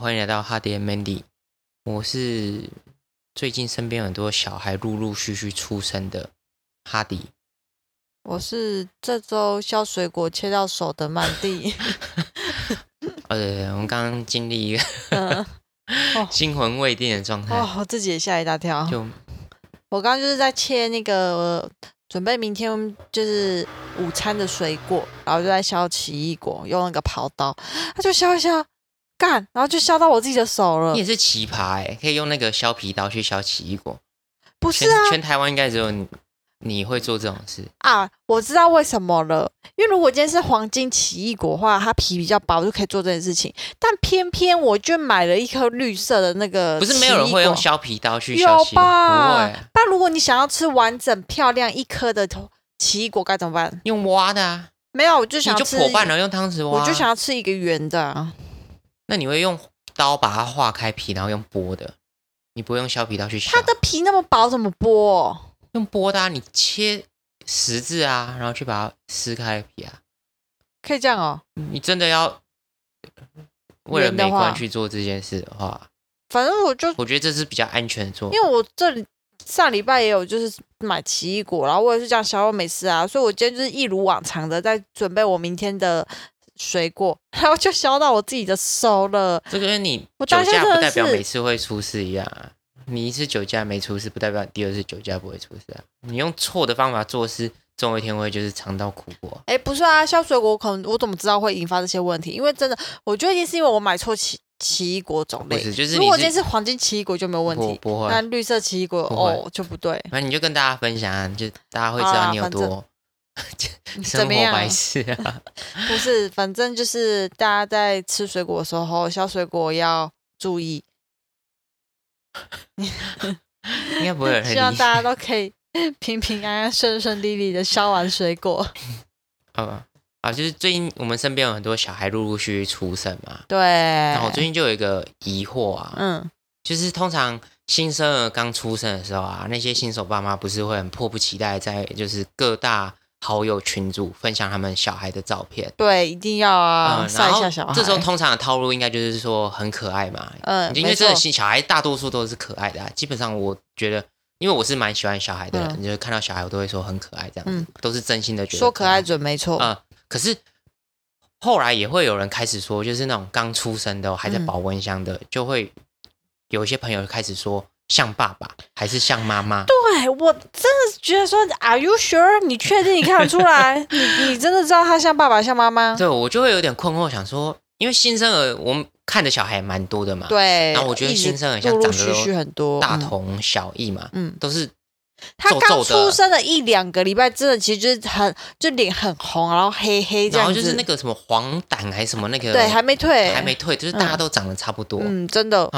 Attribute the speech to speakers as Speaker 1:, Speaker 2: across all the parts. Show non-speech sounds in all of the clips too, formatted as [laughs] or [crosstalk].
Speaker 1: 欢迎来到哈迪 Mandy。我是最近身边很多小孩陆陆续续出生的哈迪。
Speaker 2: 我是这周削水果切到手的曼
Speaker 1: [laughs]
Speaker 2: 蒂，
Speaker 1: 哦，对对对，我们刚刚经历一个
Speaker 2: [laughs] 嗯，
Speaker 1: 惊魂未定的状态，
Speaker 2: 哦，我自己也吓一大跳。
Speaker 1: 就
Speaker 2: 我刚刚就是在切那个准备明天就是午餐的水果，然后就在削奇异果，用那个刨刀，它就削一削，干，然后就削到我自己的手了
Speaker 1: 你。也是奇葩哎、可以用那个削皮刀去削奇异果。
Speaker 2: 不是
Speaker 1: 全
Speaker 2: 啊
Speaker 1: 全台湾应该只有你你会做这种事。
Speaker 2: 啊，我知道为什么了，因为如果今天是黄金奇异果的话，它皮比较薄，我就可以做这件事情。但偏偏我就买了一颗绿色的那个，
Speaker 1: 不是没有人会用。削皮刀去削
Speaker 2: 有
Speaker 1: 奇异果，不
Speaker 2: 吧
Speaker 1: 会？
Speaker 2: 但如果你想要吃完整漂亮一颗的头奇异果该怎么办？
Speaker 1: 用挖的啊，
Speaker 2: 没有，我就
Speaker 1: 你
Speaker 2: 想要
Speaker 1: 就
Speaker 2: 吃，
Speaker 1: 破半了，用汤匙挖啊。
Speaker 2: 我就想要吃一个圆的啊。
Speaker 1: 那你会用刀把它划开皮，然后用剥的，你不会用削皮刀去削
Speaker 2: 它，的皮那么薄，怎么剥？
Speaker 1: 用剥的、啊，你切十字啊，然后去把它撕开皮啊。
Speaker 2: 可以这样哦。
Speaker 1: 你真的要呃为了
Speaker 2: 人的
Speaker 1: 美
Speaker 2: 话
Speaker 1: 观去做这件事的话，
Speaker 2: 反正我就
Speaker 1: 我觉得这是比较安全的做法
Speaker 2: 因。为我这里上礼拜也有就是买奇异果，然后我也是这样小我美食啊，所以我今天就是一如往常的在准备我明天的水果，然后就削到我自己的手了。
Speaker 1: 这个跟你
Speaker 2: 我
Speaker 1: 酒
Speaker 2: 当下
Speaker 1: 驾
Speaker 2: 真
Speaker 1: 不
Speaker 2: 的
Speaker 1: 代表
Speaker 2: 是
Speaker 1: 每次会出事一样啊。你一次酒驾没出事，不代表第二次酒驾不会出事啊。你用错的方法做事，总有一天会就是尝到苦果啊。
Speaker 2: 哎，不是啊，削水果可能我怎么知道会引发这些问题？因为真的，我觉得一定是因为我买错奇奇异果种类
Speaker 1: 不。是就是
Speaker 2: 如
Speaker 1: 你
Speaker 2: 果
Speaker 1: 是
Speaker 2: 今天是黄金奇异果就没有问
Speaker 1: 不
Speaker 2: 题，
Speaker 1: 不会，
Speaker 2: 但绿色奇异果
Speaker 1: 不会
Speaker 2: 哦就不对。
Speaker 1: 反正你就跟大家分享啊，就大家会知道
Speaker 2: 啊
Speaker 1: 你有
Speaker 2: 反正
Speaker 1: 多 [laughs] 生
Speaker 2: 怎么
Speaker 1: 活
Speaker 2: 样？
Speaker 1: 白 [laughs] 痴啊。
Speaker 2: 不是，反正就是大家在吃水果的时候，削水果要注意。
Speaker 1: 应该不会有人
Speaker 2: 希望
Speaker 1: 理
Speaker 2: 大家都可以 [laughs] 平平安安、顺顺利利的削完水果。
Speaker 1: 好吧？啊，就是最近我们身边有很多小孩陆陆续续出生嘛，
Speaker 2: 对，
Speaker 1: 然后我最近就有一个疑惑啊，
Speaker 2: 嗯，
Speaker 1: 就是通常新生儿刚出生的时候啊，那些新手爸妈不是会很迫不及待在就是各大好友群组分享他们小孩的照片
Speaker 2: 对，一定要啊，
Speaker 1: 嗯
Speaker 2: 晒
Speaker 1: 然
Speaker 2: 一
Speaker 1: 后
Speaker 2: 下小孩。
Speaker 1: 这时候通常的套路应该就是说很可爱嘛，
Speaker 2: 嗯，
Speaker 1: 因
Speaker 2: 没
Speaker 1: 为真的
Speaker 2: 错
Speaker 1: 新小孩大多数都是可爱的、啊，基本上我觉得。因为我是蛮喜欢小孩的人，
Speaker 2: 嗯
Speaker 1: 就是看到小孩我都会说很可爱，这样子、
Speaker 2: 嗯
Speaker 1: 都是真心的觉得
Speaker 2: 说可爱准没错。
Speaker 1: 啊、可是后来也会有人开始说，就是那种刚出生的、哦、还在
Speaker 2: 嗯
Speaker 1: 保温箱的，就会有一些朋友开始说像爸爸还是像妈妈。
Speaker 2: 对我真的觉得说，Are you sure？你确定你看得出
Speaker 1: [laughs]
Speaker 2: 来？你你真的知道他像爸爸像妈妈？
Speaker 1: 对，我就会有点困惑，想说，因为新生儿我们看的小孩也蛮多的嘛，，
Speaker 2: 对，啊
Speaker 1: 然后我觉得
Speaker 2: 一直
Speaker 1: 新生儿像
Speaker 2: 陆
Speaker 1: 长
Speaker 2: 陆
Speaker 1: 得
Speaker 2: 续续
Speaker 1: 都
Speaker 2: 很多
Speaker 1: 大
Speaker 2: 嗯
Speaker 1: 同小异嘛，
Speaker 2: 嗯，
Speaker 1: 都是
Speaker 2: 他
Speaker 1: 皱皱
Speaker 2: 刚
Speaker 1: 的
Speaker 2: 出生的一两个礼拜，真的其实就是很就脸很红，然后黑黑这
Speaker 1: 然
Speaker 2: 样
Speaker 1: 后
Speaker 2: 子，
Speaker 1: 就是那个什么黄疸还是什么那个，
Speaker 2: 对还没退，
Speaker 1: 还没退，就是大家
Speaker 2: 嗯
Speaker 1: 都长得差不多，嗯
Speaker 2: 嗯，真的，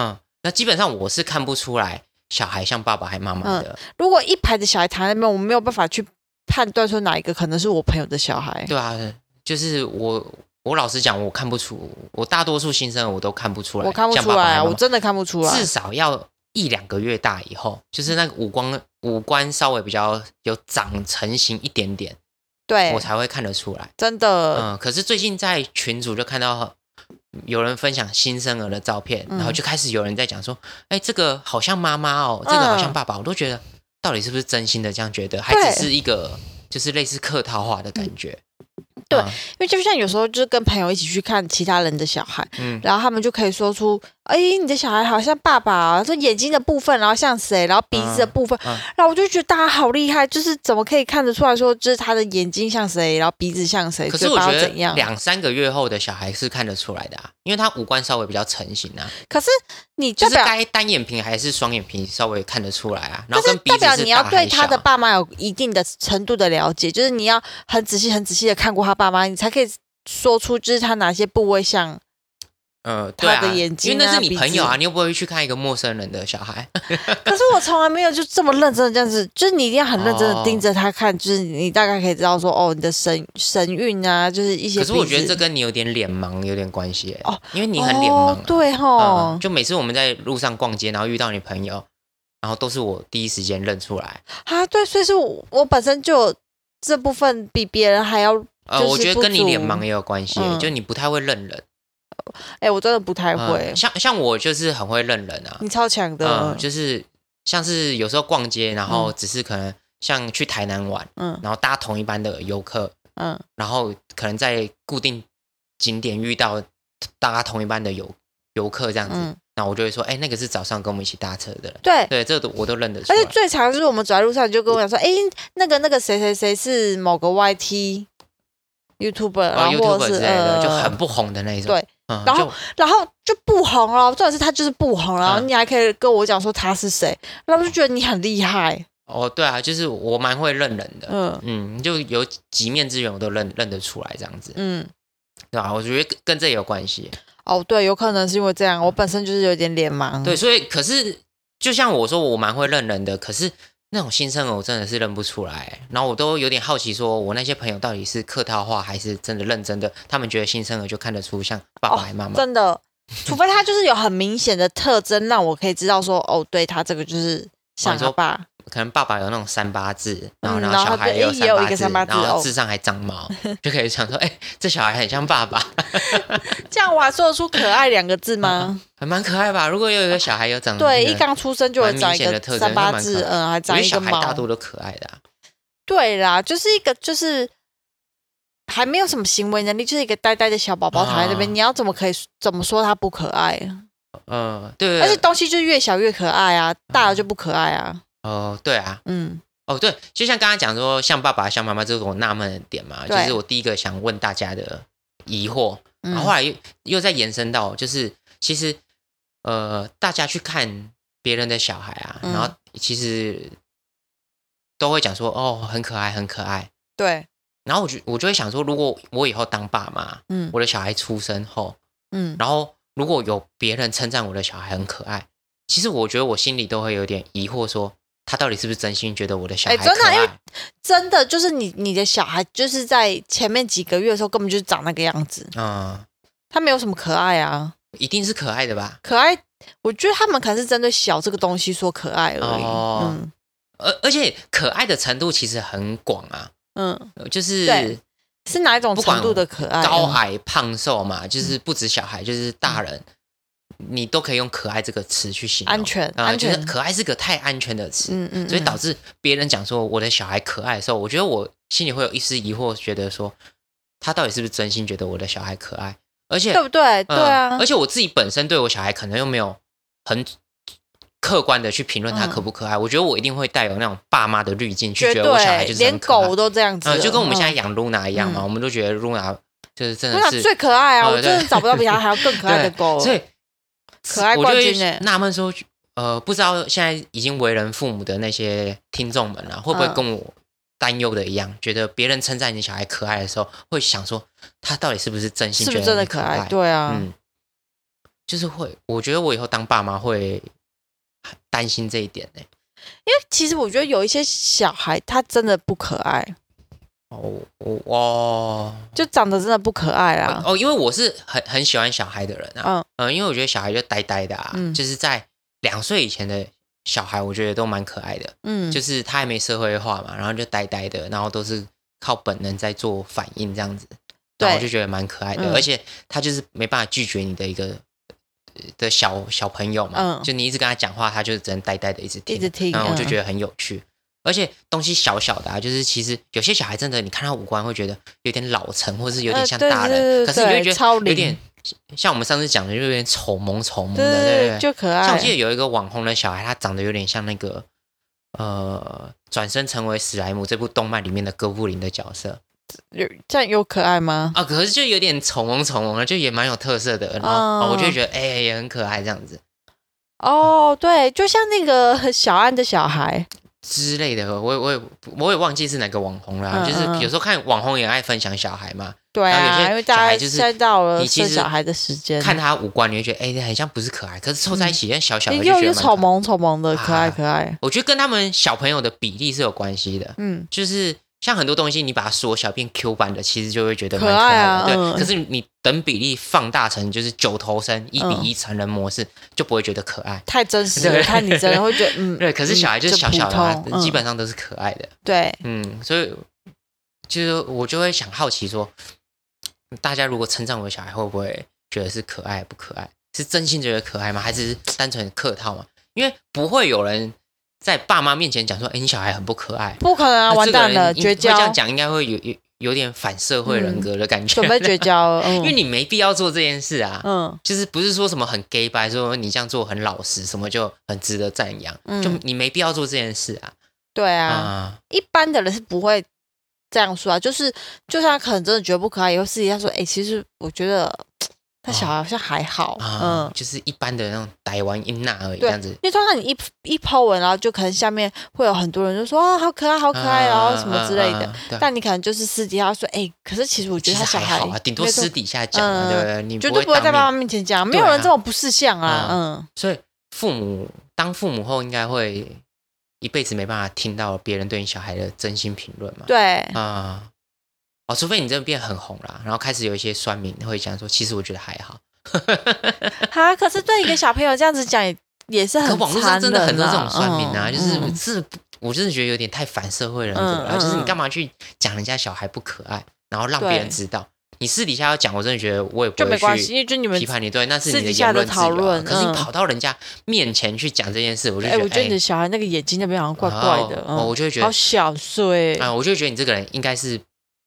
Speaker 1: 那基本上我是看不出来小孩像爸爸还妈妈
Speaker 2: 嗯
Speaker 1: 的，
Speaker 2: 如果一排的小孩躺在那边，我没有办法去判断说哪一个可能是我朋友的小孩。
Speaker 1: 对啊，就是我，我老实讲，我看不出，我大多数新生儿我都看不出来，
Speaker 2: 我看不
Speaker 1: 像
Speaker 2: 出
Speaker 1: 爸爸
Speaker 2: 来，
Speaker 1: 还
Speaker 2: 啊，
Speaker 1: 有妈
Speaker 2: 我
Speaker 1: 妈
Speaker 2: 真的看不出来。
Speaker 1: 至少要一两个月大以后，就是那个五官五官稍微比较有长成型一点点，
Speaker 2: 对呃
Speaker 1: 我，才会看得出来。
Speaker 2: 真的，
Speaker 1: 嗯，可是最近在群组就看到有人分享新生儿的照片，
Speaker 2: 嗯
Speaker 1: 然后就开始有人在讲说，哎、这个好像妈妈哦，这个好像
Speaker 2: 嗯
Speaker 1: 爸爸，我都觉得到底是不是真心的这样觉得，还
Speaker 2: 对
Speaker 1: 只是一个就是类似客套话的感觉。
Speaker 2: 对
Speaker 1: 嗯
Speaker 2: 因为就像有时候就是跟朋友一起去看其他人的小孩，
Speaker 1: 嗯，
Speaker 2: 然后他们就可以说出，哎，你的小孩好像爸爸、啊，这眼睛的部分，然后像谁，然后鼻子的部分，
Speaker 1: 嗯
Speaker 2: 然后我就觉得大家好厉害，就是怎么可以看得出来说，就是他的眼睛像谁，然后鼻子像谁，
Speaker 1: 可是我
Speaker 2: 嘴巴
Speaker 1: 觉
Speaker 2: 要
Speaker 1: 得
Speaker 2: 怎样？
Speaker 1: 两三个月后的小孩是看得出来的啊，因为他五官稍微比较成型啊，
Speaker 2: 可是你
Speaker 1: 就
Speaker 2: 代
Speaker 1: 是
Speaker 2: 表
Speaker 1: 该单眼皮还是双眼皮稍微看得出来啊。然
Speaker 2: 但
Speaker 1: 后
Speaker 2: 是
Speaker 1: 跟鼻
Speaker 2: 代
Speaker 1: 子
Speaker 2: 表
Speaker 1: 是
Speaker 2: 你要
Speaker 1: 大
Speaker 2: 对
Speaker 1: 还
Speaker 2: 他的
Speaker 1: 小啊，
Speaker 2: 爸妈有一定的程度的了解，就是你要很仔细、很仔细的看过他爸妈，你才可以说出就是他哪些部位像。
Speaker 1: 呃，对啊
Speaker 2: 他的眼睛啊
Speaker 1: 因为那是你朋友啊，
Speaker 2: 鼻
Speaker 1: 你又不会去看一个陌生人的小孩。
Speaker 2: 可是我从来没有就这么认真的这样子，就是你一定要很认真
Speaker 1: 哦
Speaker 2: 的盯着他看，就是你大概可以知道说哦，你的神神韵啊，就是一些
Speaker 1: [laughs] 可
Speaker 2: 鼻
Speaker 1: 是
Speaker 2: 子。
Speaker 1: 我觉得这跟你有点脸盲有点关系耶
Speaker 2: 哦，
Speaker 1: 因为你很脸盲
Speaker 2: 哦
Speaker 1: 啊。
Speaker 2: 对吼
Speaker 1: 嗯，就每次我们在路上逛街，然后遇到你朋友，然后都是我第一时间认出来。
Speaker 2: 啊对，所以是我我本身就有这部分比别人还要
Speaker 1: 呃，
Speaker 2: 就是
Speaker 1: 我觉得
Speaker 2: 不
Speaker 1: 跟你脸
Speaker 2: 足
Speaker 1: 盲也有关系耶，
Speaker 2: 嗯
Speaker 1: 就你不太会认人。
Speaker 2: 哎、我真的不太会，
Speaker 1: 嗯像像我就是很会认人啊，
Speaker 2: 你超强的，
Speaker 1: 嗯，就是像是有时候逛街，然后只是可能像去台南玩，
Speaker 2: 嗯
Speaker 1: 然后搭同一班的游客，
Speaker 2: 嗯
Speaker 1: 然后可能在固定景点遇到搭同一班的游游客这样子，
Speaker 2: 嗯，
Speaker 1: 那我就会说，哎、那个是早上跟我们一起搭车的人，
Speaker 2: 对。
Speaker 1: 对，这个我都认得出
Speaker 2: 而
Speaker 1: 来
Speaker 2: 且。最常就是我们走在路上，你就跟我讲说，哎、那个那个谁谁谁是某个 YT YouTuber，
Speaker 1: 然
Speaker 2: 然
Speaker 1: 后
Speaker 2: 后或
Speaker 1: YouTube
Speaker 2: 者是
Speaker 1: 哦之类的、
Speaker 2: 呃
Speaker 1: 就很不红的那一种，
Speaker 2: 对，
Speaker 1: 嗯，
Speaker 2: 然后
Speaker 1: 就
Speaker 2: 然后就不红了。重点是他就是不红了，然后
Speaker 1: 嗯
Speaker 2: 你还可以跟我讲说他是谁，那我就觉得你很厉害。
Speaker 1: 哦，对啊，就是我蛮会认人的，
Speaker 2: 嗯
Speaker 1: 嗯，就有几面之缘我都认认得出来这样子，
Speaker 2: 嗯，
Speaker 1: 对啊，我觉得跟跟这也有关系，
Speaker 2: 哦对，有可能是因为这样，我本身就是有点脸盲。
Speaker 1: 对，，所以可是就像我说，我蛮会认人的，可是那种新生儿我真的是认不出来，然后我都有点好奇说我那些朋友到底是客套话还是真的认真的，他们觉得新生儿就看得出像爸爸
Speaker 2: 哦
Speaker 1: 还妈妈，
Speaker 2: 真的，除非他就是有很明显的特征，让我可以知道说，哦，对他这个就是像
Speaker 1: 哦你
Speaker 2: 他
Speaker 1: 说
Speaker 2: 爸。
Speaker 1: 可能爸爸有那种三八字，然后
Speaker 2: 嗯
Speaker 1: 然
Speaker 2: 然
Speaker 1: 后
Speaker 2: 后
Speaker 1: 小孩
Speaker 2: 就
Speaker 1: 也有
Speaker 2: 诶也有一个
Speaker 1: 三八字，
Speaker 2: 三八字
Speaker 1: 然后
Speaker 2: 哦
Speaker 1: 智上还长
Speaker 2: [laughs]
Speaker 1: 毛，就可以想说，哎、这小孩很像爸爸，
Speaker 2: 这样我还说得出“可爱”两个字
Speaker 1: 啊
Speaker 2: 吗？
Speaker 1: 还蛮可爱吧？如果有一个小孩有长，
Speaker 2: 对，
Speaker 1: 那
Speaker 2: 一
Speaker 1: 个
Speaker 2: 刚出生就会
Speaker 1: 啊蛮
Speaker 2: 长一
Speaker 1: 明显
Speaker 2: 个
Speaker 1: 的特征
Speaker 2: 三八
Speaker 1: 那
Speaker 2: 字，
Speaker 1: 蛮可爱
Speaker 2: 嗯，还
Speaker 1: 我觉
Speaker 2: 长
Speaker 1: 得
Speaker 2: 一
Speaker 1: 小
Speaker 2: 个
Speaker 1: 孩
Speaker 2: 毛。
Speaker 1: 大多都可爱的、啊，
Speaker 2: 对啦，就是一个就是还没有什么行为能力，就是一个呆呆的小宝宝躺在那边，
Speaker 1: 啊
Speaker 2: 你要怎么可以怎么说他不可爱？
Speaker 1: 嗯、对
Speaker 2: 而且
Speaker 1: 对对，
Speaker 2: 东西就越小越可爱啊，大了就不可爱啊。
Speaker 1: 哦，对啊，
Speaker 2: 嗯，
Speaker 1: 哦，对，就像刚刚讲说，像爸爸、像妈妈，这是我纳闷的点嘛，就
Speaker 2: 对
Speaker 1: 是我第一个想问大家的疑惑，
Speaker 2: 嗯
Speaker 1: 然后后来又又再延伸到，就是其实呃，大家去看别人的小孩啊，
Speaker 2: 嗯
Speaker 1: 然后其实都会讲说，哦，很可爱，很可爱。
Speaker 2: 对，
Speaker 1: 然后我就我就会想说，如果我以后当爸妈，
Speaker 2: 嗯
Speaker 1: 我的小孩出生后，
Speaker 2: 嗯，
Speaker 1: 然后如果有别人称赞我的小孩很可爱，其实我觉得我心里都会有点疑惑说他到底是不是真心觉得我的小孩
Speaker 2: 哎
Speaker 1: 可
Speaker 2: 真的啊因为
Speaker 1: 爱？
Speaker 2: 真的就是你你的小孩就是在前面几个月的时候根本就是长那个样子，
Speaker 1: 嗯，
Speaker 2: 他没有什么可爱啊，
Speaker 1: 一定是可爱的吧？
Speaker 2: 可爱。我觉得他们可能是针对小这个东西说可爱而已。
Speaker 1: 哦
Speaker 2: 嗯
Speaker 1: 而而且可爱的程度其实很广啊，
Speaker 2: 嗯。
Speaker 1: 呃就是
Speaker 2: 对啊是哪一种
Speaker 1: 不管
Speaker 2: 程度的可爱？
Speaker 1: 高矮胖瘦
Speaker 2: 嗯
Speaker 1: 嘛，就是不止小孩，就是大人，你都可以用可爱这个词去形容。
Speaker 2: 安全
Speaker 1: 啊
Speaker 2: 安
Speaker 1: 就是
Speaker 2: 全
Speaker 1: 可爱是个太安全的词。
Speaker 2: 嗯嗯，
Speaker 1: 所以导
Speaker 2: 致
Speaker 1: 致别人讲说我的小孩可爱的时候，我觉得我心里会有一丝疑惑，觉得说他到底是不是真心觉得我的小孩可爱？而且
Speaker 2: 对不对？对啊
Speaker 1: 嗯，而且我自己本身对我小孩可能又没有很客观的去评论他
Speaker 2: 嗯
Speaker 1: 可不可爱，我觉得我一定会带有那种爸妈的滤镜去
Speaker 2: 绝
Speaker 1: 觉得我小孩
Speaker 2: 对
Speaker 1: 就，是
Speaker 2: 连
Speaker 1: 很可爱
Speaker 2: 狗。都这样子了，
Speaker 1: 嗯，就跟我们现在
Speaker 2: 嗯。
Speaker 1: 养露娜一样嘛，
Speaker 2: 嗯
Speaker 1: 我们都觉得露娜就是真
Speaker 2: 我
Speaker 1: 的
Speaker 2: 想
Speaker 1: 是
Speaker 2: 最可爱啊！
Speaker 1: 嗯
Speaker 2: 我真的
Speaker 1: 对
Speaker 2: 找不到比它还要更可爱
Speaker 1: [laughs]
Speaker 2: 的狗了。
Speaker 1: 所以
Speaker 2: 可爱
Speaker 1: 我就
Speaker 2: 冠
Speaker 1: 会
Speaker 2: 军欸
Speaker 1: 纳闷说，呃，不知道现在已经为人父母的那些听众们啊，会不会
Speaker 2: 嗯
Speaker 1: 跟我担忧的一样，觉得别人称赞你小孩可爱的时候，会想说他到底是不是真心
Speaker 2: 是
Speaker 1: 觉
Speaker 2: 不
Speaker 1: 得
Speaker 2: 是真的
Speaker 1: 你可
Speaker 2: 可爱？对啊，
Speaker 1: 嗯，就是会，我觉得我以后当爸妈会担心这一点欸呢、
Speaker 2: 哎其实我觉得有一些小孩他真的不可爱，
Speaker 1: 哦，我哦
Speaker 2: 就长得真的不可爱啊啦。
Speaker 1: 哦，因为我是很很喜欢小孩的人啊，
Speaker 2: 嗯
Speaker 1: 嗯，因为我觉得小孩就呆呆的啊，
Speaker 2: 嗯
Speaker 1: 就是在两岁以前的小孩，我觉得都蛮可爱的，
Speaker 2: 嗯，
Speaker 1: 就是他还没社会化嘛，然后就呆呆的，然后都是靠本能在做反应这样子，
Speaker 2: 对
Speaker 1: 然后我就觉得蛮可爱的，
Speaker 2: 嗯
Speaker 1: 而且他就是没办法拒绝你的一个。呃的小小朋友嘛，
Speaker 2: 嗯
Speaker 1: 就你一直跟他讲话，他就只能呆呆的一直听，
Speaker 2: 一直听
Speaker 1: 然后我就
Speaker 2: 嗯
Speaker 1: 觉得很有趣，而且东西小小的啊，就是其实有些小孩真的，你看他五官会觉得有点老成，或是有点
Speaker 2: 呃
Speaker 1: 像
Speaker 2: 对
Speaker 1: 大
Speaker 2: 对
Speaker 1: 人，
Speaker 2: 对
Speaker 1: 可是你就
Speaker 2: 对
Speaker 1: 会觉得
Speaker 2: 超
Speaker 1: 有
Speaker 2: 龄
Speaker 1: 点像我们上次讲的，就有点丑萌丑萌
Speaker 2: 对
Speaker 1: 的，对
Speaker 2: 对
Speaker 1: 对
Speaker 2: 就可爱。
Speaker 1: 像我记得有一个网红的小孩，他长得有点像那个呃，转身成为史莱姆这部动漫里面的哥布林的角色
Speaker 2: 有这样有可爱吗？
Speaker 1: 啊，可是就有点丑萌丑萌的，就也蛮有特色的。然后、
Speaker 2: 哦
Speaker 1: 哦我就觉得哎、也很可爱这样子啊
Speaker 2: 哦，对，就像那个小安的小孩，
Speaker 1: 之类的。我也我也我也忘记是哪个网红了啊、
Speaker 2: 嗯
Speaker 1: 就
Speaker 2: 嗯嗯
Speaker 1: 是有时候看网红也爱分享小孩嘛，
Speaker 2: 对
Speaker 1: 然后有
Speaker 2: 啊，
Speaker 1: 些
Speaker 2: 因为大
Speaker 1: 小
Speaker 2: 家
Speaker 1: 孩就是
Speaker 2: 现在到了
Speaker 1: 你其
Speaker 2: 生
Speaker 1: 实
Speaker 2: 小孩的时间，
Speaker 1: 看他五官你会觉得哎、很像不是可爱，可是凑在一起，那、小小的就觉
Speaker 2: 又
Speaker 1: 得
Speaker 2: 又
Speaker 1: 蛮
Speaker 2: 丑
Speaker 1: 可爱。
Speaker 2: 萌丑萌的，可爱
Speaker 1: 啊
Speaker 2: 可爱。
Speaker 1: 我觉得跟他们小朋友的比例是有关系的。
Speaker 2: 嗯，
Speaker 1: 就是像很多东西，你把它缩小变 Q 版的，其实就会觉得蛮
Speaker 2: 可
Speaker 1: 可
Speaker 2: 爱
Speaker 1: 爱的。
Speaker 2: 啊
Speaker 1: 对，
Speaker 2: 嗯
Speaker 1: 可是你等比例放大成就是九头身一比一
Speaker 2: 嗯
Speaker 1: 成人模式，就不会觉得可爱。
Speaker 2: 太真实了，
Speaker 1: 对
Speaker 2: 看你真的会觉得，嗯，
Speaker 1: [laughs] 对，可是小孩就是小小的啊、
Speaker 2: 嗯就普通嗯
Speaker 1: 基本上都是可爱的。
Speaker 2: 对，
Speaker 1: 嗯，所以就是我就会想好奇说，大家如果称赞我的小孩，会不会觉得是可爱不可爱？是真心觉得可爱吗？还是单纯客套嘛？因为不会有人在爸妈面前讲说，哎，你小孩很不可爱。
Speaker 2: 不可能啊，
Speaker 1: 那
Speaker 2: 完
Speaker 1: 这个
Speaker 2: 蛋
Speaker 1: 人
Speaker 2: 了，
Speaker 1: 应
Speaker 2: 绝
Speaker 1: 会
Speaker 2: 交嗯
Speaker 1: 这，样讲应该会有有有点反社会人格的感觉，
Speaker 2: 准备绝交了，嗯
Speaker 1: [laughs] 因为你没必要做这件事啊。
Speaker 2: 嗯
Speaker 1: 就是不是说什么很 gay 白，说你这样做很老实，什么就很值得赞扬，
Speaker 2: 嗯
Speaker 1: 就你没必要做这件事啊。
Speaker 2: 对啊，
Speaker 1: 啊，
Speaker 2: 一般的人是不会这样说啊，就是就算他可能真的觉得不可爱，也会私底下说，哎、其实我觉得嘖他小孩好像还好，
Speaker 1: 啊，
Speaker 2: 嗯。
Speaker 1: 就是一般的那种台湾音娜而已，这
Speaker 2: 对
Speaker 1: 样子。
Speaker 2: 因为通常你一一抛文，然后就可能下面会有很多人就说啊好可爱，好可爱，然后什么之类的。
Speaker 1: 的
Speaker 2: 但你可能就是私底下说，哎、可是其实我觉
Speaker 1: 啊其
Speaker 2: 得
Speaker 1: 实
Speaker 2: 他小
Speaker 1: 还
Speaker 2: 孩
Speaker 1: 好啊，顶多
Speaker 2: 没错
Speaker 1: 私底下讲啊，
Speaker 2: 嗯
Speaker 1: 对不对？你
Speaker 2: 绝对不会在爸妈
Speaker 1: 当面。
Speaker 2: 面前讲，没
Speaker 1: 对
Speaker 2: 有人
Speaker 1: 啊
Speaker 2: 这么不识相啊。
Speaker 1: 嗯
Speaker 2: 嗯，
Speaker 1: 所以父母当父母后，应该会一辈子没办法听到别人对你小孩的真心评论嘛？ [laughs]
Speaker 2: 对，
Speaker 1: 啊，哦，除非你真的变很红啦，然后开始有一些酸民会讲说，其实我觉得还好。
Speaker 2: 哈，可是对一个小朋友这样子讲也也是很
Speaker 1: 可网络上真的很多这种酸民
Speaker 2: 民
Speaker 1: 啊，就是是，我真的觉得有点太反社会人格了。
Speaker 2: 嗯嗯
Speaker 1: 就是你干嘛去讲人家小孩不可爱，然后让别人
Speaker 2: 对
Speaker 1: 知道？你私底下要讲，我真的觉得我也不
Speaker 2: 就没
Speaker 1: 会
Speaker 2: 关系，
Speaker 1: 去
Speaker 2: 因为就你们
Speaker 1: 批，判你，对，那是你
Speaker 2: 私底下
Speaker 1: 言论
Speaker 2: 的
Speaker 1: 自
Speaker 2: 讨
Speaker 1: 由啊。
Speaker 2: 论
Speaker 1: 可是你
Speaker 2: 嗯
Speaker 1: 跑到人家面前去讲这件事，我就
Speaker 2: 哎、
Speaker 1: 觉
Speaker 2: 我觉得你的
Speaker 1: 得
Speaker 2: 小孩那个眼睛那边好像怪怪的，
Speaker 1: 哦，我
Speaker 2: 嗯，
Speaker 1: 就会觉得
Speaker 2: 好小碎，
Speaker 1: 啊，我就会觉得你这个人应该是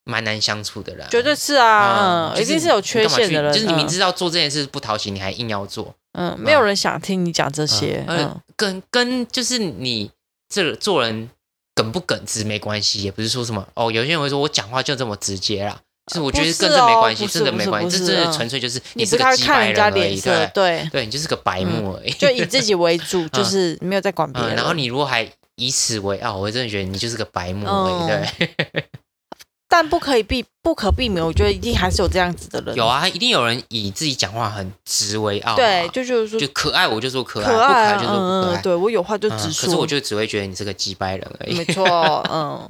Speaker 1: 蛮难相处的人啊，
Speaker 2: 绝对是啊，嗯，
Speaker 1: 就
Speaker 2: 一定
Speaker 1: 你
Speaker 2: 是有缺
Speaker 1: 干嘛
Speaker 2: 陷
Speaker 1: 去
Speaker 2: 的人，
Speaker 1: 就是你明
Speaker 2: 嗯
Speaker 1: 知道做这件事不讨喜，你还硬要做，
Speaker 2: 嗯，没有人想听你讲这
Speaker 1: 嗯
Speaker 2: 些，
Speaker 1: 而
Speaker 2: 嗯，
Speaker 1: 跟跟就是你这个做人耿不耿直没关系，也不是说什么哦，有些人会说我讲话就这么直接啦，就是我觉得
Speaker 2: 不是
Speaker 1: 跟这没
Speaker 2: 哦
Speaker 1: 关系，
Speaker 2: 不是
Speaker 1: 真的
Speaker 2: 不
Speaker 1: 没
Speaker 2: 是
Speaker 1: 关
Speaker 2: 不
Speaker 1: 系，这
Speaker 2: 是
Speaker 1: 真的
Speaker 2: 嗯
Speaker 1: 纯粹就是
Speaker 2: 你
Speaker 1: 是
Speaker 2: 不
Speaker 1: 个
Speaker 2: 太会
Speaker 1: 鸡
Speaker 2: 看
Speaker 1: 白
Speaker 2: 人家
Speaker 1: 人而
Speaker 2: 脸
Speaker 1: 已，
Speaker 2: 色，
Speaker 1: 对
Speaker 2: 对，
Speaker 1: 对，你就是个白目而已， [laughs]
Speaker 2: 就以自己为主，就
Speaker 1: 嗯
Speaker 2: 是没有在管别
Speaker 1: 嗯，
Speaker 2: 人。
Speaker 1: 然后你如果还以此为傲，我真的觉得你就是个白目而已，
Speaker 2: 嗯
Speaker 1: 对，
Speaker 2: 但不可以避，不可避免，我觉得一定还是有这样子的
Speaker 1: [laughs]
Speaker 2: 人，
Speaker 1: 有啊，一定有人以自己讲话很直为傲啊，
Speaker 2: 对，就就是说
Speaker 1: 就可爱我就说可爱，
Speaker 2: 可
Speaker 1: 不可
Speaker 2: 爱
Speaker 1: 爱
Speaker 2: 啊，
Speaker 1: 就说不可
Speaker 2: 嗯
Speaker 1: 爱
Speaker 2: 嗯，，对我有话就
Speaker 1: 嗯
Speaker 2: 直
Speaker 1: 可是
Speaker 2: 说
Speaker 1: 我，就只会觉得你是个鸡掰人而已 [laughs]
Speaker 2: 没。错，嗯，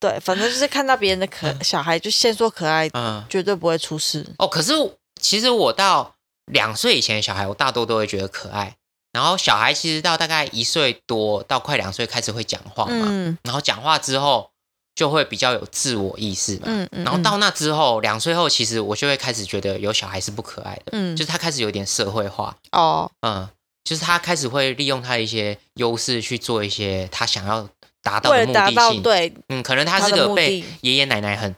Speaker 2: 对，反正就是看到别人的可小孩就先说可爱，
Speaker 1: 嗯，
Speaker 2: 绝对不会出事。
Speaker 1: 哦，可是其实我到两岁以前的小孩，我大多都会觉得可爱。然后小孩其实到大概一岁多到快两岁开始会讲话嘛，
Speaker 2: 嗯
Speaker 1: 然后讲话之后就会比较有自我意识嘛。
Speaker 2: 嗯嗯，
Speaker 1: 然后到那之后，两岁后其实我就会开始觉得有小孩是不可爱的，
Speaker 2: 嗯
Speaker 1: 就是他开始有点社会化，
Speaker 2: 哦，
Speaker 1: 嗯，就是他开始会利用他的一些优势去做一些他想要达到的
Speaker 2: 为了
Speaker 1: 目
Speaker 2: 达
Speaker 1: 的
Speaker 2: 到
Speaker 1: 性，
Speaker 2: 对
Speaker 1: 嗯，可能他
Speaker 2: 他
Speaker 1: 是
Speaker 2: 的
Speaker 1: 个
Speaker 2: 目
Speaker 1: 被
Speaker 2: 的
Speaker 1: 爷爷奶奶很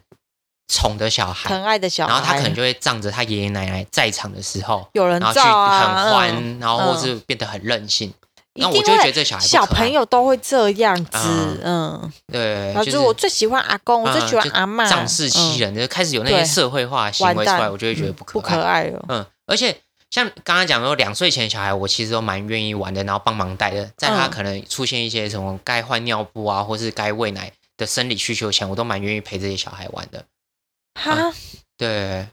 Speaker 1: 宠的小孩，
Speaker 2: 疼爱的小孩，
Speaker 1: 然后他可能就会仗着他爷爷奶奶在场的时候，
Speaker 2: 有人
Speaker 1: 然后去
Speaker 2: 照
Speaker 1: 很
Speaker 2: 啊，
Speaker 1: 欢，
Speaker 2: 嗯
Speaker 1: 然后或是变得很任性。
Speaker 2: 一
Speaker 1: 那我
Speaker 2: 定
Speaker 1: 就会觉
Speaker 2: 会
Speaker 1: 得这小孩不
Speaker 2: 小
Speaker 1: 可爱
Speaker 2: 朋友都会这样
Speaker 1: 啊
Speaker 2: 子，嗯，
Speaker 1: 对，
Speaker 2: 然
Speaker 1: 就
Speaker 2: 后就是
Speaker 1: 是嗯
Speaker 2: 我最喜欢阿公，我最喜欢阿嬷，
Speaker 1: 仗势欺
Speaker 2: 嗯，
Speaker 1: 人，就开始有那些
Speaker 2: 对
Speaker 1: 社会化的行
Speaker 2: 完
Speaker 1: 为出来，
Speaker 2: 蛋，
Speaker 1: 我就会觉得
Speaker 2: 嗯
Speaker 1: 不
Speaker 2: 不
Speaker 1: 可
Speaker 2: 可
Speaker 1: 爱。
Speaker 2: 爱了，
Speaker 1: 嗯，而且像刚刚讲说，两岁前的小孩，我其实都蛮愿意玩的，然后帮忙带的，在他
Speaker 2: 嗯
Speaker 1: 可能出现一些什么该换尿布啊，或是该喂奶的生理需求前，我都蛮愿意陪这些小孩玩的。嗯
Speaker 2: 哈。
Speaker 1: 对，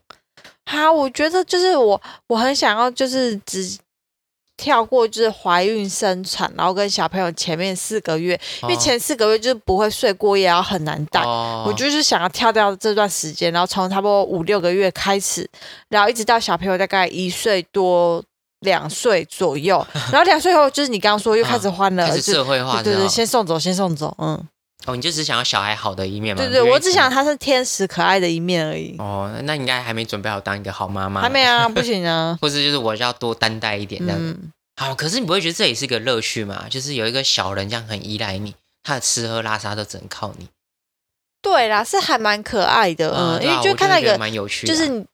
Speaker 2: 哈，我觉得就是我，我很想要就是只跳过就是怀孕生产，然后跟小朋友前面四个月，因为
Speaker 1: 哦
Speaker 2: 前四个月就是不会睡过夜，然后很难带。
Speaker 1: 哦
Speaker 2: 我就是想要跳掉这段时间，然后从差不多五六个月开始，然后一直到小朋友大概一岁多。两岁
Speaker 1: [laughs]
Speaker 2: 左右，然后两岁后就是你刚刚说又开始欢乐，
Speaker 1: 哦开始
Speaker 2: 就
Speaker 1: 社会化
Speaker 2: 对
Speaker 1: 之
Speaker 2: 对对，
Speaker 1: 后，
Speaker 2: 先送走，先送走，嗯，
Speaker 1: 哦，你就只想要小孩好的一面嘛？
Speaker 2: 对
Speaker 1: 你
Speaker 2: 对，
Speaker 1: 就
Speaker 2: 我
Speaker 1: 一
Speaker 2: 只
Speaker 1: 直
Speaker 2: 想他是天使可爱的一面而已，
Speaker 1: 哦，那你应该还没准备好当一个好妈妈，，
Speaker 2: 还没，啊，不行啊
Speaker 1: 或是就是我要多担待一 [laughs] 点这样子。
Speaker 2: 嗯，
Speaker 1: 好，可是你不会觉得这也是一个乐趣吗？就是有一个小人这样很依赖你，他的吃喝拉撒都只能靠你。
Speaker 2: 对啦，是还蛮可爱的，
Speaker 1: 啊
Speaker 2: 嗯，
Speaker 1: 对
Speaker 2: 因
Speaker 1: 啊
Speaker 2: 为就
Speaker 1: 我
Speaker 2: 看
Speaker 1: 真
Speaker 2: 到
Speaker 1: 的
Speaker 2: 一
Speaker 1: 觉得
Speaker 2: 个
Speaker 1: 蛮有趣的
Speaker 2: 就
Speaker 1: 啊，
Speaker 2: 是你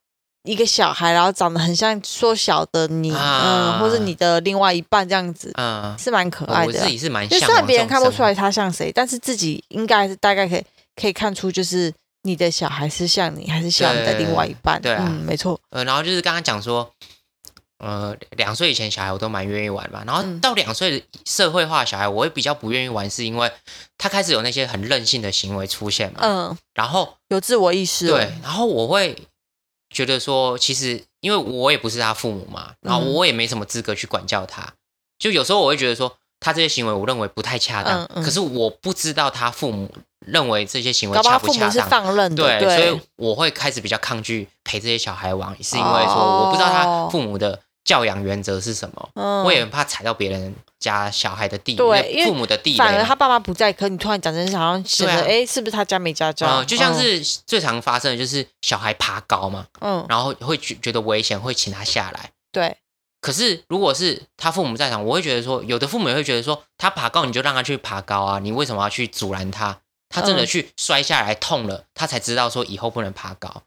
Speaker 2: 一个小孩，然后长得很像缩小的你，
Speaker 1: 啊
Speaker 2: 嗯，或是你的另外一半这样子，
Speaker 1: 嗯，
Speaker 2: 是蛮可
Speaker 1: 我
Speaker 2: 爱
Speaker 1: 我
Speaker 2: 的
Speaker 1: 自
Speaker 2: 啊。
Speaker 1: 己是蛮
Speaker 2: 就
Speaker 1: 向
Speaker 2: 虽然
Speaker 1: 往
Speaker 2: 别人
Speaker 1: 这种
Speaker 2: 看不出
Speaker 1: 生
Speaker 2: 来他像谁，但是自己应该还是大概可以可以看出，就是你的小孩是像你，还是像你的另外一半。
Speaker 1: 对对啊
Speaker 2: 嗯，没错，
Speaker 1: 活，呃，然后就是刚刚讲说。呃，两岁以前小孩我都蛮愿意玩嘛，然后
Speaker 2: 嗯
Speaker 1: 到两岁的社会化小孩，我会比较不愿意玩，是因为他开始有那些很任性的行为出现嘛，
Speaker 2: 嗯，
Speaker 1: 然后
Speaker 2: 有自我意识了。
Speaker 1: 对，然后我会觉得说，其实因为我也不是他父母嘛，然后
Speaker 2: 嗯
Speaker 1: 我也没什么资格去管教他。就有时候我会觉得说，他这些行为我认为不太恰当，
Speaker 2: 嗯嗯
Speaker 1: 可是我不知道他父母认为这些行为
Speaker 2: 搞不
Speaker 1: 恰
Speaker 2: 好
Speaker 1: 不
Speaker 2: 父
Speaker 1: 恰
Speaker 2: 母是
Speaker 1: 当。
Speaker 2: 放任的，
Speaker 1: 对，
Speaker 2: 对，
Speaker 1: 所以我会开始比较抗拒陪这些小孩玩，是因为说我不知道他父母的教养原则是什么。
Speaker 2: 嗯，
Speaker 1: 我也很怕踩到别人家小孩的地
Speaker 2: 对
Speaker 1: 雷，
Speaker 2: 因为
Speaker 1: 父母的地雷。
Speaker 2: 反而他爸妈不在，可你突然讲这件事，好像显得
Speaker 1: 对
Speaker 2: 哎
Speaker 1: 啊、
Speaker 2: 诶是不是他家没家教？
Speaker 1: 嗯，就像是最常发生的就是小孩爬高嘛，
Speaker 2: 嗯，嗯
Speaker 1: 然后会觉觉得危险，会请他下来。
Speaker 2: 对，
Speaker 1: 可是如果是他父母在场，我会觉得说，有的父母也会觉得说，他爬高你就让他去爬高啊，你为什么要去阻拦他？他真的
Speaker 2: 嗯
Speaker 1: 去摔下来痛了，他才知道说以后不能爬高。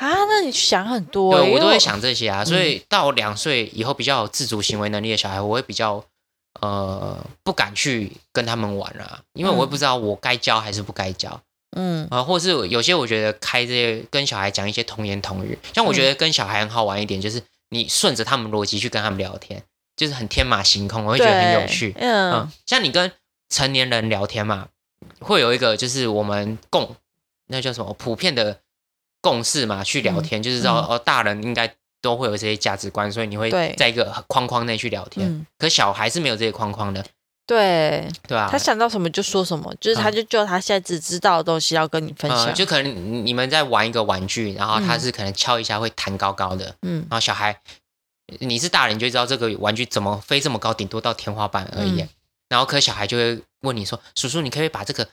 Speaker 2: 啊，那你想很多、
Speaker 1: 对
Speaker 2: 因
Speaker 1: 我
Speaker 2: 为嗯
Speaker 1: 都会，想这些啊，所以到两岁以后比较有自主行为能力的小孩，我会比较呃不敢去跟他们玩啊，因为我会不知道我该教还是不该教啊、
Speaker 2: 嗯
Speaker 1: 或是有些我觉得开这些跟小孩讲一些童言童语，像我觉
Speaker 2: 嗯
Speaker 1: 得跟小孩很好玩一点，就是你顺着他们逻辑去跟他们聊天，就是很天马行空，我会
Speaker 2: 对，
Speaker 1: 觉得很有趣。
Speaker 2: 嗯
Speaker 1: 嗯，像你跟成年人聊天嘛，会有一个就是我们共那叫什么普遍的共识嘛，去聊天，就是知道、
Speaker 2: 嗯
Speaker 1: 哦，大人应该都会有这些价值观，所以你会
Speaker 2: 对
Speaker 1: 在一个框框内去聊天。
Speaker 2: 嗯，
Speaker 1: 可小孩是没有这些框框的，
Speaker 2: 对
Speaker 1: 对吧、
Speaker 2: 他想到什么就说什么，就是他就就他现在只知道的东西要跟你分享，
Speaker 1: 呃，就可能你们在玩一个玩具，然后他是可能敲一下会弹高高的，
Speaker 2: 嗯
Speaker 1: 然后小孩你是大人你就知道这个玩具怎么飞这么高，顶多到天花板而已。
Speaker 2: 嗯
Speaker 1: 然后可小孩就会问你说：“叔叔，你可不可以把这个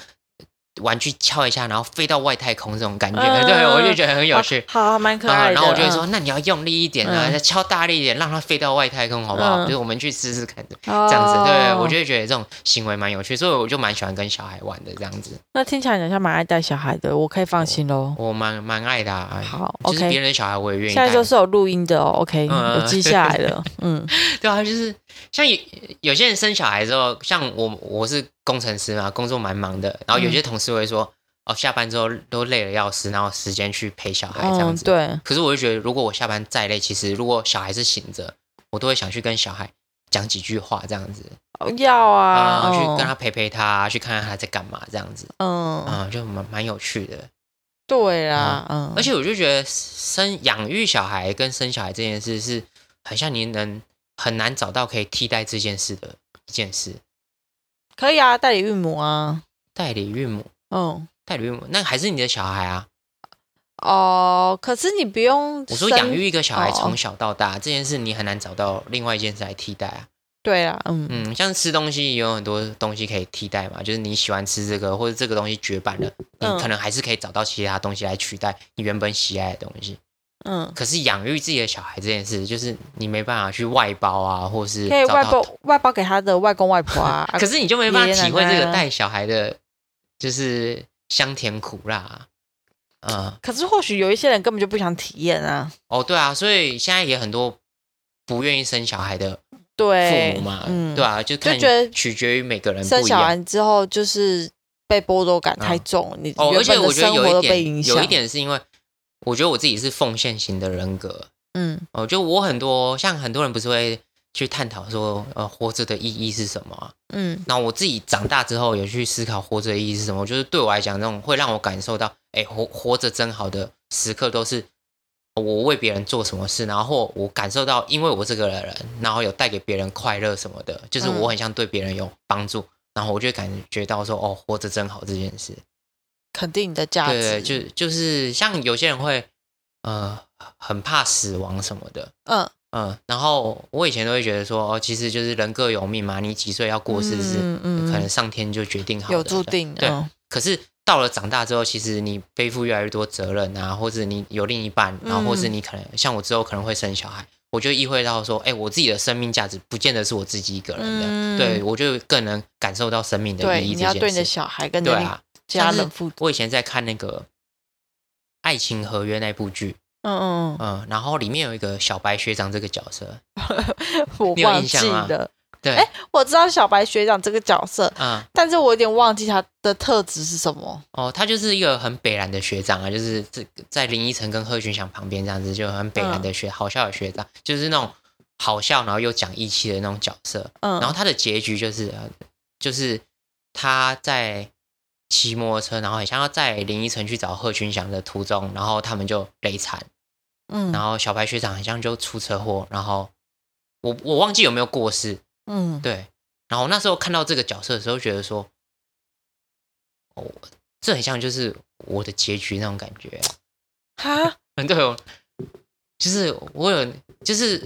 Speaker 1: 玩具敲一下，然后飞到外太空？”这种感觉，[laughs]
Speaker 2: 嗯
Speaker 1: 对我就觉得很有趣。
Speaker 2: 好，好蛮可
Speaker 1: 啊
Speaker 2: 爱的。
Speaker 1: 然后我就会说：“
Speaker 2: 嗯，
Speaker 1: 那你要用力一点啊，
Speaker 2: 嗯
Speaker 1: 再敲大力一点，让它飞到外太空，好不好？”
Speaker 2: 嗯
Speaker 1: 就是我们去试试看， [laughs] 这
Speaker 2: 这
Speaker 1: 样子。对，
Speaker 2: 哦
Speaker 1: 我就会觉得这种行为蛮有趣，所以我就蛮喜欢跟小孩玩的这样子，
Speaker 2: 那听起来你好像蛮爱带小孩的，我可以放心喽。
Speaker 1: 我蛮蛮爱的、啊。
Speaker 2: 好
Speaker 1: 就是别
Speaker 2: ，OK，
Speaker 1: 人的小孩哦我也愿意
Speaker 2: 现
Speaker 1: 带。
Speaker 2: 在就是有录音的哦，OK，
Speaker 1: 嗯
Speaker 2: 有记下来了，
Speaker 1: [laughs]
Speaker 2: 嗯
Speaker 1: 对啊，就是像有有些人生小孩之后，像我我是工程师嘛，工作蛮忙的，然后有
Speaker 2: 嗯
Speaker 1: 些同事会说，哦，下班之后都累了要死，然后时间去陪小孩这样
Speaker 2: 嗯，
Speaker 1: 子。
Speaker 2: 对，
Speaker 1: 可是我就觉得，如果我下班再累，其实如果小孩是醒着，我都会想去跟小孩讲几句话这样子
Speaker 2: 哦要啊，
Speaker 1: 啊，去
Speaker 2: 嗯
Speaker 1: 跟他陪陪他，去看看他在干嘛这样子
Speaker 2: 嗯，
Speaker 1: 啊，就蛮蛮有趣的。
Speaker 2: 对啦，嗯，
Speaker 1: 而且我就觉得生养育小孩跟生小孩这件事是很像你能很难找到可以替代这件事的一件事。
Speaker 2: 可以啊，代理孕母啊，
Speaker 1: 代理孕母，
Speaker 2: 嗯，
Speaker 1: 代理孕母，那还是你的小孩啊。
Speaker 2: 哦，可是你不用
Speaker 1: 我说
Speaker 2: 生
Speaker 1: 养，育一个小孩
Speaker 2: 哦
Speaker 1: 从小到大、这件事，你很难找到另外一件事来替代啊。
Speaker 2: 对啦，嗯，
Speaker 1: 嗯，像吃东西也有很多东西可以替代嘛，就是你喜欢吃这个，或者这个东西绝版了，你
Speaker 2: 嗯
Speaker 1: 可能还是可以找到其他东西来取代你原本喜爱的东西。
Speaker 2: 嗯，
Speaker 1: 可是养育自己的小孩这件事，就是你没办法去外包啊，或是
Speaker 2: 可以
Speaker 1: 找
Speaker 2: 外
Speaker 1: 到
Speaker 2: 包外包给他的外公外婆
Speaker 1: [laughs]
Speaker 2: 啊，
Speaker 1: 可是你就没办
Speaker 2: 爷
Speaker 1: 法
Speaker 2: 爷奶
Speaker 1: 体会这
Speaker 2: 奶
Speaker 1: 个
Speaker 2: 啊
Speaker 1: 带小孩的，就是香甜苦辣啊。嗯，
Speaker 2: 可是或许有一些人根本就不想体验啊，
Speaker 1: 哦，对啊，所以现在也很多不愿意生小孩的
Speaker 2: 对，
Speaker 1: 父母嘛，
Speaker 2: 嗯，
Speaker 1: 对啊，就看
Speaker 2: 觉得
Speaker 1: 取决于每个人
Speaker 2: 生
Speaker 1: 不一
Speaker 2: 小
Speaker 1: 样。
Speaker 2: 孩之后就是被剥夺感太重，你
Speaker 1: 哦，而
Speaker 2: 原
Speaker 1: 且
Speaker 2: 本的
Speaker 1: 我觉得
Speaker 2: 生活
Speaker 1: 有
Speaker 2: 都
Speaker 1: 一
Speaker 2: 被
Speaker 1: 点，
Speaker 2: 影响。
Speaker 1: 有一，点是因为我觉得我自己是奉献型的人格，
Speaker 2: 嗯
Speaker 1: 哦，就我很多像很多人不是会去探讨说，呃，活着的意义是什么啊？
Speaker 2: 嗯
Speaker 1: 那我自己长大之后有去思考活着的意义是什么，就是对我来讲，那种会让我感受到，哎、活活着真好的时刻，都是我为别人做什么事，然后我感受到，因为我这个人，然后有带给别人快乐什么的，就是我很像对别人有帮助，然后我就会感觉到说，哦，活着真好这件事。
Speaker 2: 肯定你的价值，
Speaker 1: 对，就就是像有些人会，呃，很怕死亡什么的，
Speaker 2: 嗯，
Speaker 1: 嗯，然后我以前都会觉得说，哦，其实就是人各有命嘛，你几岁要过世是、
Speaker 2: 嗯嗯
Speaker 1: 可能上天就决定好的
Speaker 2: 有注定，
Speaker 1: 对。
Speaker 2: 嗯
Speaker 1: 可是到了长大之后，其实你背负越来越多责任啊，或者你有另一半，然后或是
Speaker 2: 嗯
Speaker 1: 你可能像我之后可能会生小孩，我就意会到说，哎，我自己的生命价值不见得是我自己一个人的，
Speaker 2: 嗯
Speaker 1: 对我就更能感受到生命的
Speaker 2: 对，
Speaker 1: 意义
Speaker 2: 你
Speaker 1: 这
Speaker 2: 要对
Speaker 1: 件
Speaker 2: 你的
Speaker 1: 事。
Speaker 2: 小孩跟你
Speaker 1: 对
Speaker 2: 的
Speaker 1: 啊，
Speaker 2: 家
Speaker 1: 像是
Speaker 2: 人负责，
Speaker 1: 我以前在看那个《爱情合约》那部剧，
Speaker 2: 嗯嗯
Speaker 1: 嗯，然后里面有一个小白学长这个角色，
Speaker 2: 嗯， [laughs] 我
Speaker 1: 你有
Speaker 2: 忘
Speaker 1: 印
Speaker 2: 记
Speaker 1: 象吗
Speaker 2: 了，
Speaker 1: 对，
Speaker 2: 哎我知道小白学长这个角色，
Speaker 1: 嗯，
Speaker 2: 但是我有点忘记他的特质是什么。
Speaker 1: 哦，他就是一个很北蓝的学长啊，就是这在林依晨跟贺军翔旁边这样子，就很北蓝的学，
Speaker 2: 嗯
Speaker 1: 好笑的学长，就是那种好笑然后又讲义气的那种角色。
Speaker 2: 嗯，
Speaker 1: 然后他的结局就是，呃就是他在骑摩托车，然后很像要在林依晨去找贺军翔的途中，然后他们就累惨，
Speaker 2: 嗯
Speaker 1: 然后小白学长好像就出车祸，然后我我忘记有没有过世，
Speaker 2: 嗯，
Speaker 1: 对，然后那时候看到这个角色的时候，觉得说，哦，啊这很像就是我的结局那种感觉。
Speaker 2: 哈，
Speaker 1: 对哦，就是我有，就是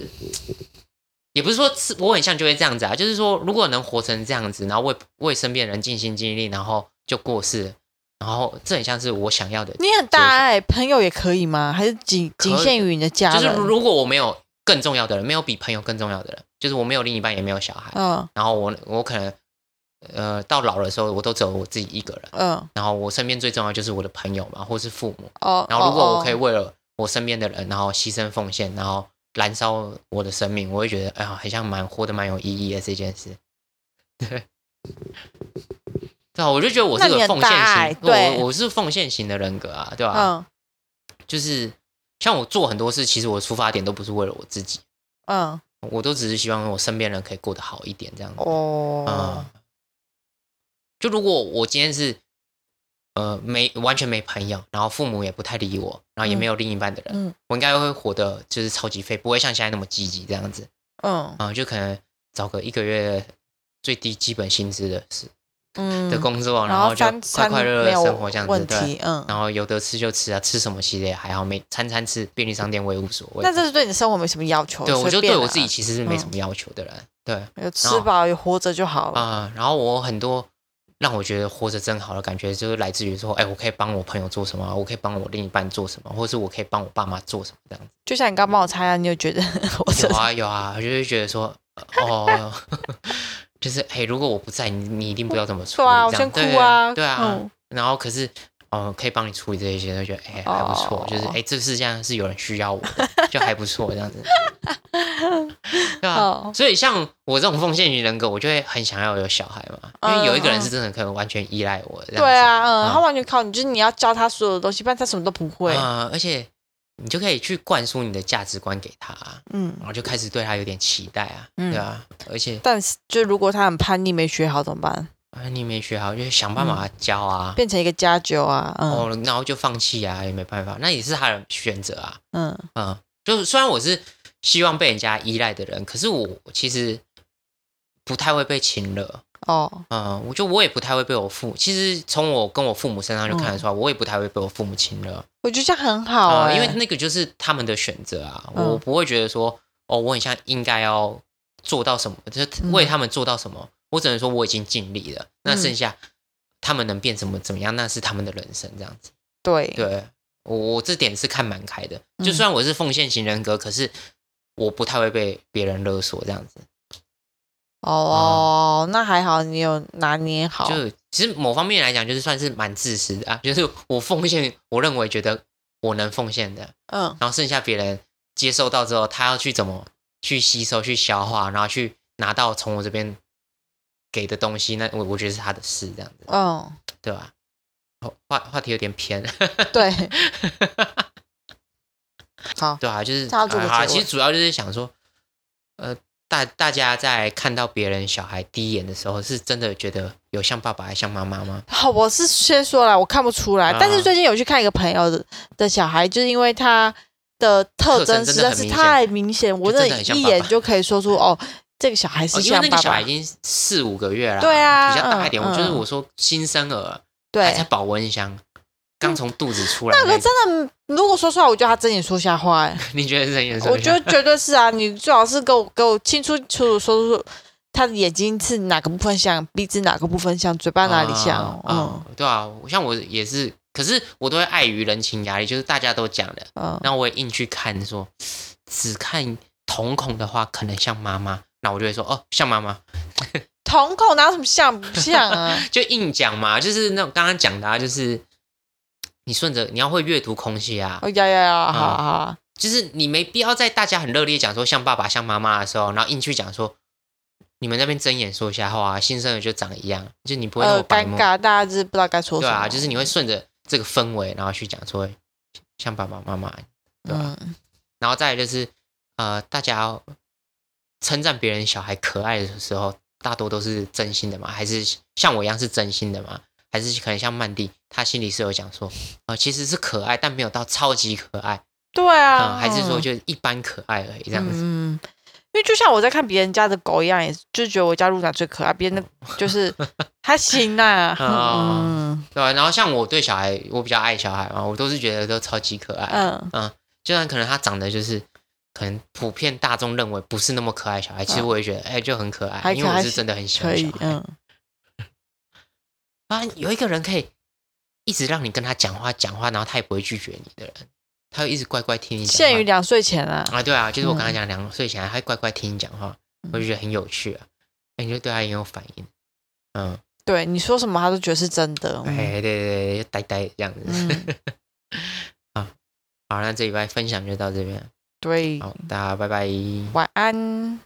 Speaker 1: 也不是说吃我很像就会这样子啊，就是说如果能活成这样子，然后为为身边人尽心尽力，然后就过世了，然后这很像是我想要的。
Speaker 2: 你很大爱朋友也可以吗？还是仅
Speaker 1: 可以
Speaker 2: 仅限于你的家
Speaker 1: 就是
Speaker 2: 人？
Speaker 1: 如果我没有更重要的人，没有比朋友更重要的人，就是我没有另一半，也没有小孩，
Speaker 2: 嗯
Speaker 1: 然后我我可能呃到老的时候，我都只有我自己一个人，
Speaker 2: 嗯
Speaker 1: 然后我身边最重要就是我的朋友嘛，或是父母。
Speaker 2: 哦，
Speaker 1: 然后如果我可以
Speaker 2: 哦，
Speaker 1: 为了我身边的人，然后牺牲奉献，然后燃烧我的生命，我会觉得哎呀，好像蛮活得蛮有意义的这件事。 [laughs] 对，对啊，我就觉得我是
Speaker 2: 那你
Speaker 1: 个
Speaker 2: 很
Speaker 1: 奉献
Speaker 2: 大爱
Speaker 1: 型，
Speaker 2: 对
Speaker 1: 我我是奉献型的人格啊，对吧、
Speaker 2: 哦
Speaker 1: 就是像我做很多事，其实我的出发点都不是为了我自己，
Speaker 2: 嗯嗯
Speaker 1: 我都只是希望我身边人可以过得好一点这样子。
Speaker 2: 哦
Speaker 1: 嗯，就如果我今天是呃没完全没朋友，然后父母也不太理我，然后也没有另一半的人，
Speaker 2: 嗯
Speaker 1: 我应该会活得就是超级废，不会像现在那么积极这样子
Speaker 2: 嗯
Speaker 1: 啊、就可能找个一个月最低基本薪资的事
Speaker 2: 嗯
Speaker 1: 的工作，
Speaker 2: 然
Speaker 1: 后就快
Speaker 2: 三餐
Speaker 1: 快乐乐
Speaker 2: 没有
Speaker 1: 生活这样子，
Speaker 2: 问
Speaker 1: 对。
Speaker 2: 题，嗯。
Speaker 1: 然后有得吃就吃啊，吃什么系列还好，每餐餐吃，便利商店我也无所谓。
Speaker 2: 但这是对你生活没什么要求，
Speaker 1: 对我
Speaker 2: 随
Speaker 1: 就
Speaker 2: 便
Speaker 1: 对我
Speaker 2: 啊
Speaker 1: 自己其实是没什么要求的人，对。
Speaker 2: 有吃饱有活着就好了。
Speaker 1: 啊、然后我很多让我觉得活着真好的感觉，就是来自于说，哎，我可以帮我朋友做什么啊，我可以帮我另一半做什么，或是我可以帮我爸妈做什么这样子。
Speaker 2: 就像你刚
Speaker 1: 嗯
Speaker 2: 帮我猜啊，你有觉得 [laughs] 活着
Speaker 1: 有啊有啊，我就会觉得说，呃哦， [laughs] 就是哎，如果我不在，你你一定不要这么处
Speaker 2: 对
Speaker 1: 理，
Speaker 2: 啊，我
Speaker 1: 这
Speaker 2: 先
Speaker 1: 样
Speaker 2: 哭
Speaker 1: 对
Speaker 2: 啊，
Speaker 1: 对啊。
Speaker 2: 嗯
Speaker 1: 然后可是。哦，可以帮你处理这一些，就觉得哎、还不错，就是
Speaker 2: 哦
Speaker 1: 哎、这世界上是有人需要我的，
Speaker 2: [laughs]
Speaker 1: 就还不错这样子，对啊？
Speaker 2: 哦
Speaker 1: 所以像我这种奉献型人格，我就会很想要有小孩嘛，因为有一个人是真的可能完全依赖我，这样子
Speaker 2: 嗯对，啊，嗯，
Speaker 1: 嗯
Speaker 2: 他完全靠你，就是你要教他所有的东西，不然他什么都不会。
Speaker 1: 啊，而且你就可以去灌输你的价值观给他啊、
Speaker 2: 嗯，
Speaker 1: 然后就开始对他有点期待啊，
Speaker 2: 嗯
Speaker 1: 对啊，而且
Speaker 2: 但是就如果他很叛逆，没学好怎么办？
Speaker 1: 啊你没学好，就是想办法教啊，
Speaker 2: 变成一个家酒啊，嗯
Speaker 1: 哦，然后就放弃啊，也没办法，那也是他的选择啊，
Speaker 2: 嗯
Speaker 1: 嗯，就是虽然我是希望被人家依赖的人，可是我其实不太会被亲热，
Speaker 2: 哦
Speaker 1: 嗯，我觉得我也不太会被我父母，其实从我跟我父母身上就看得出来，我也不太会被我父母亲热
Speaker 2: 我觉得这样很好
Speaker 1: 啊、
Speaker 2: 哎、
Speaker 1: 因为那个就是他们的选择啊，
Speaker 2: 嗯
Speaker 1: 我不会觉得说哦，我很像应该要做到什么，就是为他们做到什么，我只能说我已经尽力了，那
Speaker 2: 嗯
Speaker 1: 剩下他们能变什么怎么样，那是他们的人生这样子。
Speaker 2: 对
Speaker 1: 对我我这点是看蛮开的，
Speaker 2: 嗯
Speaker 1: 就虽然我是奉献型人格，可是我不太会被别人勒索这样子。
Speaker 2: 哦、那还好你有拿捏好，
Speaker 1: 啊就其实某方面来讲，就是算是蛮自私的啊，就是我奉献，我认为觉得我能奉献的，
Speaker 2: 嗯
Speaker 1: 然后剩下别人接受到之后，他要去怎么去吸收、去消化，然后去拿到从我这边给的东西，那我我觉得是他的事，这样子，
Speaker 2: 嗯，
Speaker 1: 对吧？哦话话题有点偏， [laughs]
Speaker 2: 对，好，
Speaker 1: 对啊，就是
Speaker 2: 这要做个
Speaker 1: 啊好啦
Speaker 2: 结
Speaker 1: 其
Speaker 2: 尾
Speaker 1: 实主要就是想说，呃，大大家在看到别人小孩第一眼的时候，是真的觉得有像爸爸还像妈妈吗？
Speaker 2: 好，我是先说了，我看不出来，
Speaker 1: 啊
Speaker 2: 但是最近有去看一个朋友的的小孩，就是因为他的特征实在是太明显，我
Speaker 1: 真的
Speaker 2: 真的
Speaker 1: 很像
Speaker 2: 一
Speaker 1: 爸爸
Speaker 2: 眼就可以说出哦，这个小孩
Speaker 1: 哦，
Speaker 2: 是
Speaker 1: 因为
Speaker 2: 像
Speaker 1: 那个
Speaker 2: 爸
Speaker 1: 小
Speaker 2: 爸
Speaker 1: 孩已，经四五个月了，
Speaker 2: 对啊
Speaker 1: 比较大一点。
Speaker 2: 嗯
Speaker 1: 我就是
Speaker 2: 嗯
Speaker 1: 我说新生儿，还在
Speaker 2: 对，
Speaker 1: 保温箱，刚从肚子出来
Speaker 2: 那
Speaker 1: 那
Speaker 2: 个
Speaker 1: 一种，
Speaker 2: 真的，如果说出来，我觉得他睁眼说
Speaker 1: [laughs]
Speaker 2: 瞎话、哎，
Speaker 1: 你觉得是眼神？
Speaker 2: 我觉得绝对是啊，你最好是给我给我清楚清楚说出他的眼睛是哪个部分像，鼻子哪个部分像，嘴巴哪里像，
Speaker 1: 啊
Speaker 2: 嗯，
Speaker 1: 对啊，像我也是，可是我都会碍于人情压力，就是大家都讲的，
Speaker 2: 嗯
Speaker 1: 那我也硬去看说，只看瞳孔的话，可能像妈妈，那我就会说哦，像妈妈，
Speaker 2: 瞳孔哪有什么像不
Speaker 1: [laughs]
Speaker 2: 像啊？
Speaker 1: 就硬讲嘛，就是那种刚刚讲的、啊，就是你顺着你要会阅读空气啊，
Speaker 2: 哦呀呀呀，好啊好啊，
Speaker 1: 就是你没必要在大家很热烈讲说像爸爸像妈妈的时候，然后硬去讲说你们那边睁眼说瞎话、啊，新生儿就长一样，就你不会那么
Speaker 2: 呃，
Speaker 1: 白
Speaker 2: 尴
Speaker 1: 目，
Speaker 2: 尬，大家就是不知道该说
Speaker 1: 对
Speaker 2: 什么，
Speaker 1: 啊，就是你会顺着这个氛围，然后去讲说像爸爸妈妈，对吧、
Speaker 2: 嗯。
Speaker 1: 然后再来就是呃，大家称赞别人小孩可爱的时候，大多都是真心的嘛，还是像我一样是真心的嘛？还是可能像曼蒂，她心里是有讲说，呃，其实是可爱，但没有到超级可爱，
Speaker 2: 对啊，
Speaker 1: 嗯，还是说就一般可爱而已这样子。
Speaker 2: 嗯，因为就像我在看别人家的狗一样，也是就觉得我家露娜最可爱，别人的就是 [laughs] 还行啦、
Speaker 1: 哦
Speaker 2: 嗯
Speaker 1: 对吧、然后像我对小孩，我比较爱小孩嘛，我都是觉得都超级可爱。
Speaker 2: 嗯
Speaker 1: 嗯，就算可能他长得就是可能普遍大众认为不是那么可爱小孩，其实
Speaker 2: 嗯
Speaker 1: 我也觉得哎、就很可爱，
Speaker 2: 还
Speaker 1: 因
Speaker 2: 可
Speaker 1: 为我
Speaker 2: 爱
Speaker 1: 是真的很喜
Speaker 2: 可
Speaker 1: 欢小哎
Speaker 2: 以，
Speaker 1: 孩
Speaker 2: 嗯，
Speaker 1: 啊。有一个人可以一直让你跟他讲话讲话，然后他也不会拒绝你的人，他会一直乖乖听你讲
Speaker 2: 限于
Speaker 1: 话。
Speaker 2: 两岁前啊，
Speaker 1: 啊，对啊，就是我刚才
Speaker 2: 嗯
Speaker 1: 讲两岁前还乖乖听你讲话，我就觉得很有趣啊，哎你就对他很有反应，嗯，
Speaker 2: 对你说什么他都觉得是真的，嗯
Speaker 1: 哎，对对对，就呆呆这样子。 [laughs]
Speaker 2: 嗯
Speaker 1: 好，那这礼拜分享就到这边，[laughs]
Speaker 2: 对，嗯
Speaker 1: 好，大家拜拜。
Speaker 2: 晚安。